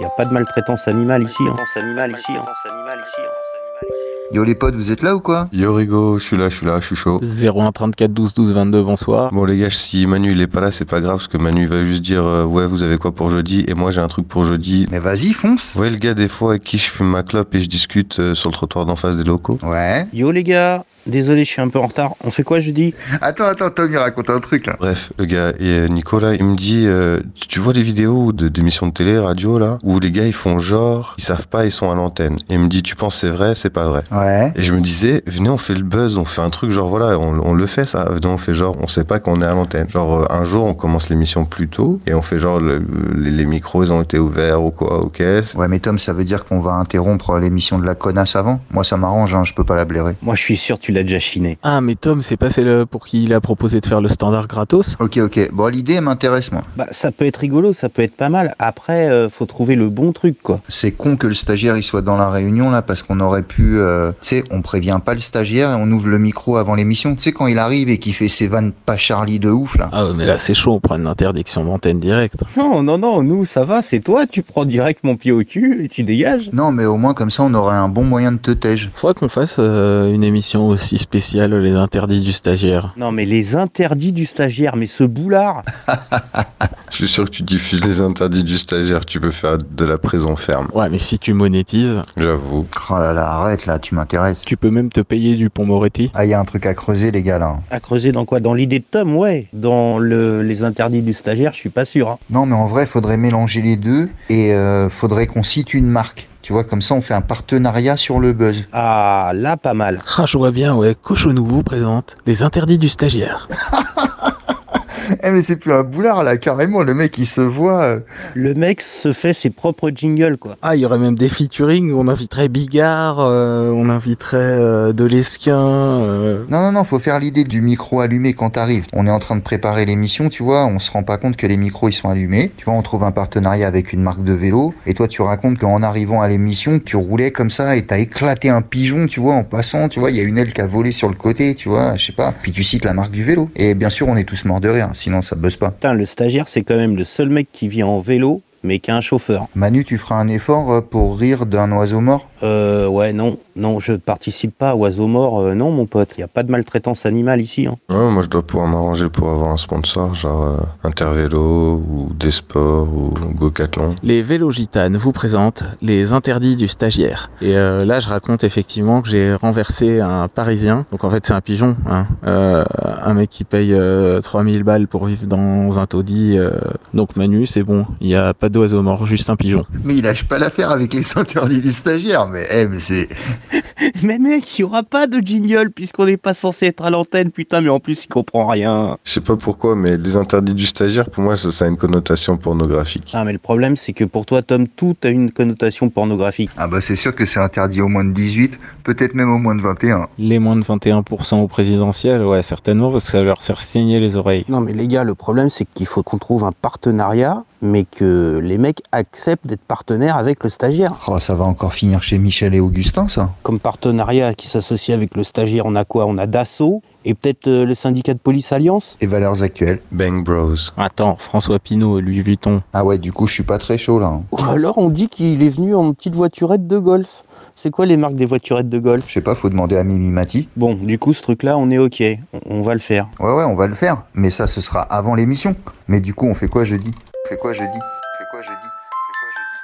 Il n'y a pas de maltraitance animale ici. hein. Yo les potes, vous êtes là ou quoi Yo Rigo, je suis là, je suis là, je suis chaud. 01 34 12 12 22, bonsoir. Bon les gars, si Manu il est pas là, c'est pas grave, parce que Manu il va juste dire euh, ouais vous avez quoi pour jeudi et moi j'ai un truc pour jeudi. Mais vas-y, fonce Vous voyez le gars des fois avec qui je fume ma clope et je discute euh, sur le trottoir d'en face des locaux Ouais. Yo les gars, désolé, je suis un peu en retard. On fait quoi jeudi Attends, attends, Tom, il raconte un truc là. Bref, le gars, et euh, Nicolas, il me dit, euh, tu- tu vois les vidéos de d'émissions de télé, radio, là, où les gars, ils font genre, ils savent pas, ils sont à l'antenne. Et il me dit, tu penses c'est vrai, c'est pas vrai. Ouais. Et je me disais, venez, on fait le buzz, on fait un truc, genre voilà, on, on le fait ça. Venez, on fait genre, on sait pas qu'on est à l'antenne. Genre, euh, un jour, on commence l'émission plus tôt, et on fait genre, le- les, les micros, ils ont été ouverts ou quoi, ok. Ouais, mais Tom, ça veut dire qu'on va interrompre l'émission de la connasse avant Moi, ça m'arrange, hein, je peux pas la blairer. Moi, je suis sûr que tu l'as déjà chiné. Ah, mais Tom, c'est passé le pour qui il a proposé de faire le standard gratos Ok, ok. Bon, l'idée elle m'intéresse, moi. Bah, ça peut être rigolo, ça peut être pas mal. Après, euh, faut trouver le bon truc, quoi. C'est con que le stagiaire il soit dans la réunion là parce qu'on aurait pu, euh, tu sais, on prévient pas le stagiaire et on ouvre le micro avant l'émission. Tu sais quand il arrive et qu'il fait ses vannes pas Charlie de ouf là. Ah, mais là, c'est chaud, on prend une interdiction d'antenne directe. Non, non, non, nous, ça va, c'est toi, tu prends direct mon pied au cul et tu dégages. Non mais au moins comme ça on aurait un bon moyen de te tège. Faudrait qu'on fasse euh, une émission aussi spéciale, les interdits du stagiaire. Non, mais les interdits du stagiaire, mais ce boulard Je suis sûr que tu diffuses les interdits du stagiaire, tu peux faire de la prison ferme, Ouais, mais si tu monétises, j'avoue. Oh là là, arrête là, tu m'intéresses. tu peux même te payer du pont Moretti. Ah, il y a un truc à creuser, les gars, là. À creuser dans quoi Dans l'idée de Tom, ouais. Dans le, les interdits du stagiaire, je suis pas sûr. hein. Non, mais en vrai, faudrait mélanger les deux et euh, faudrait qu'on cite une marque. Tu vois, comme ça, on fait un partenariat sur le buzz. Ah, là, pas mal. Ah, je vois bien, ouais. Cochonou vous présente les interdits du stagiaire. Eh, mais c'est plus un boulard, là, carrément. Le mec, il se voit. euh. Le mec se fait ses propres jingles, quoi. Ah, il y aurait même des featuring, on inviterait Bigard, euh, on inviterait euh, Delesquin. euh. Non, non, non, faut faire l'idée du micro allumé quand t'arrives. On est en train de préparer l'émission, tu vois. On se rend pas compte que les micros, ils sont allumés. Tu vois, on trouve un partenariat avec une marque de vélo. Et toi, tu racontes qu'en arrivant à l'émission, tu roulais comme ça et t'as éclaté un pigeon, tu vois, en passant. Tu vois, il y a une aile qui a volé sur le côté, tu vois, je sais pas. Puis tu cites la marque du vélo. Et bien sûr, on est tous morts de rire. Sinon, ça buzz pas. Putain, le stagiaire, c'est quand même le seul mec qui vient en vélo, mais qui a un chauffeur. Manu, tu feras un effort euh, pour rire d'un oiseau mort Euh, ouais, non, non, je participe pas à Oiseau Mort, euh, non, mon pote. Il a pas de maltraitance animale ici. Hein. Ouais, moi je dois pouvoir m'arranger pour avoir un sponsor, genre euh, Intervélo ou des sports ou Gocathlon. Les vélos gitanes vous présentent les interdits du stagiaire. Et euh, là, je raconte effectivement que j'ai renversé un Parisien. Donc en fait, c'est un pigeon. hein. Euh, un mec qui paye euh, 3000 balles pour vivre dans un taudis. euh. Donc Manu, c'est bon. Il n'y a pas d'oiseau mort, juste un pigeon. Mais il lâche pas l'affaire avec les interdits du stagiaire. Mais, eh, mais c'est. Mais mec, il y aura pas de jingle puisqu'on n'est pas censé être à l'antenne, putain, mais en plus, il comprend rien. Je sais pas pourquoi, mais les interdits du stagiaire, pour moi, ça, ça a une connotation pornographique. Ah, mais le problème, c'est que pour toi, Tom, tout a une connotation pornographique. Ah, bah, c'est sûr que c'est interdit au moins de 18, peut-être même au moins de 21. Les moins de 21% au présidentiel, ouais, certainement, parce que ça leur sert saigner les oreilles. Non, mais les gars, le problème, c'est qu'il faut qu'on trouve un partenariat, mais que les mecs acceptent d'être partenaires avec le stagiaire. Oh, ça va encore finir chez Michel et Augustin, ça Comme partenariat qui s'associe avec le stagiaire, on a quoi On a Dassault et peut-être euh, le syndicat de police Alliance Et valeurs actuelles. Bang Bros. Attends, François Pinault, Louis Vuitton. Ah ouais, du coup, je suis pas très chaud, là. hein. Ou alors on dit qu'il est venu en petite voiturette de golf. C'est quoi les marques des voiturettes de golf Je sais pas, faut demander à Mimi Mati. Bon, du coup, ce truc-là, on est OK. On- On va le faire. Ouais, ouais, on va le faire. Mais ça, ce sera avant l'émission. Mais du coup, on fait quoi jeudi On fait quoi jeudi On fait quoi jeudi On fait quoi jeudi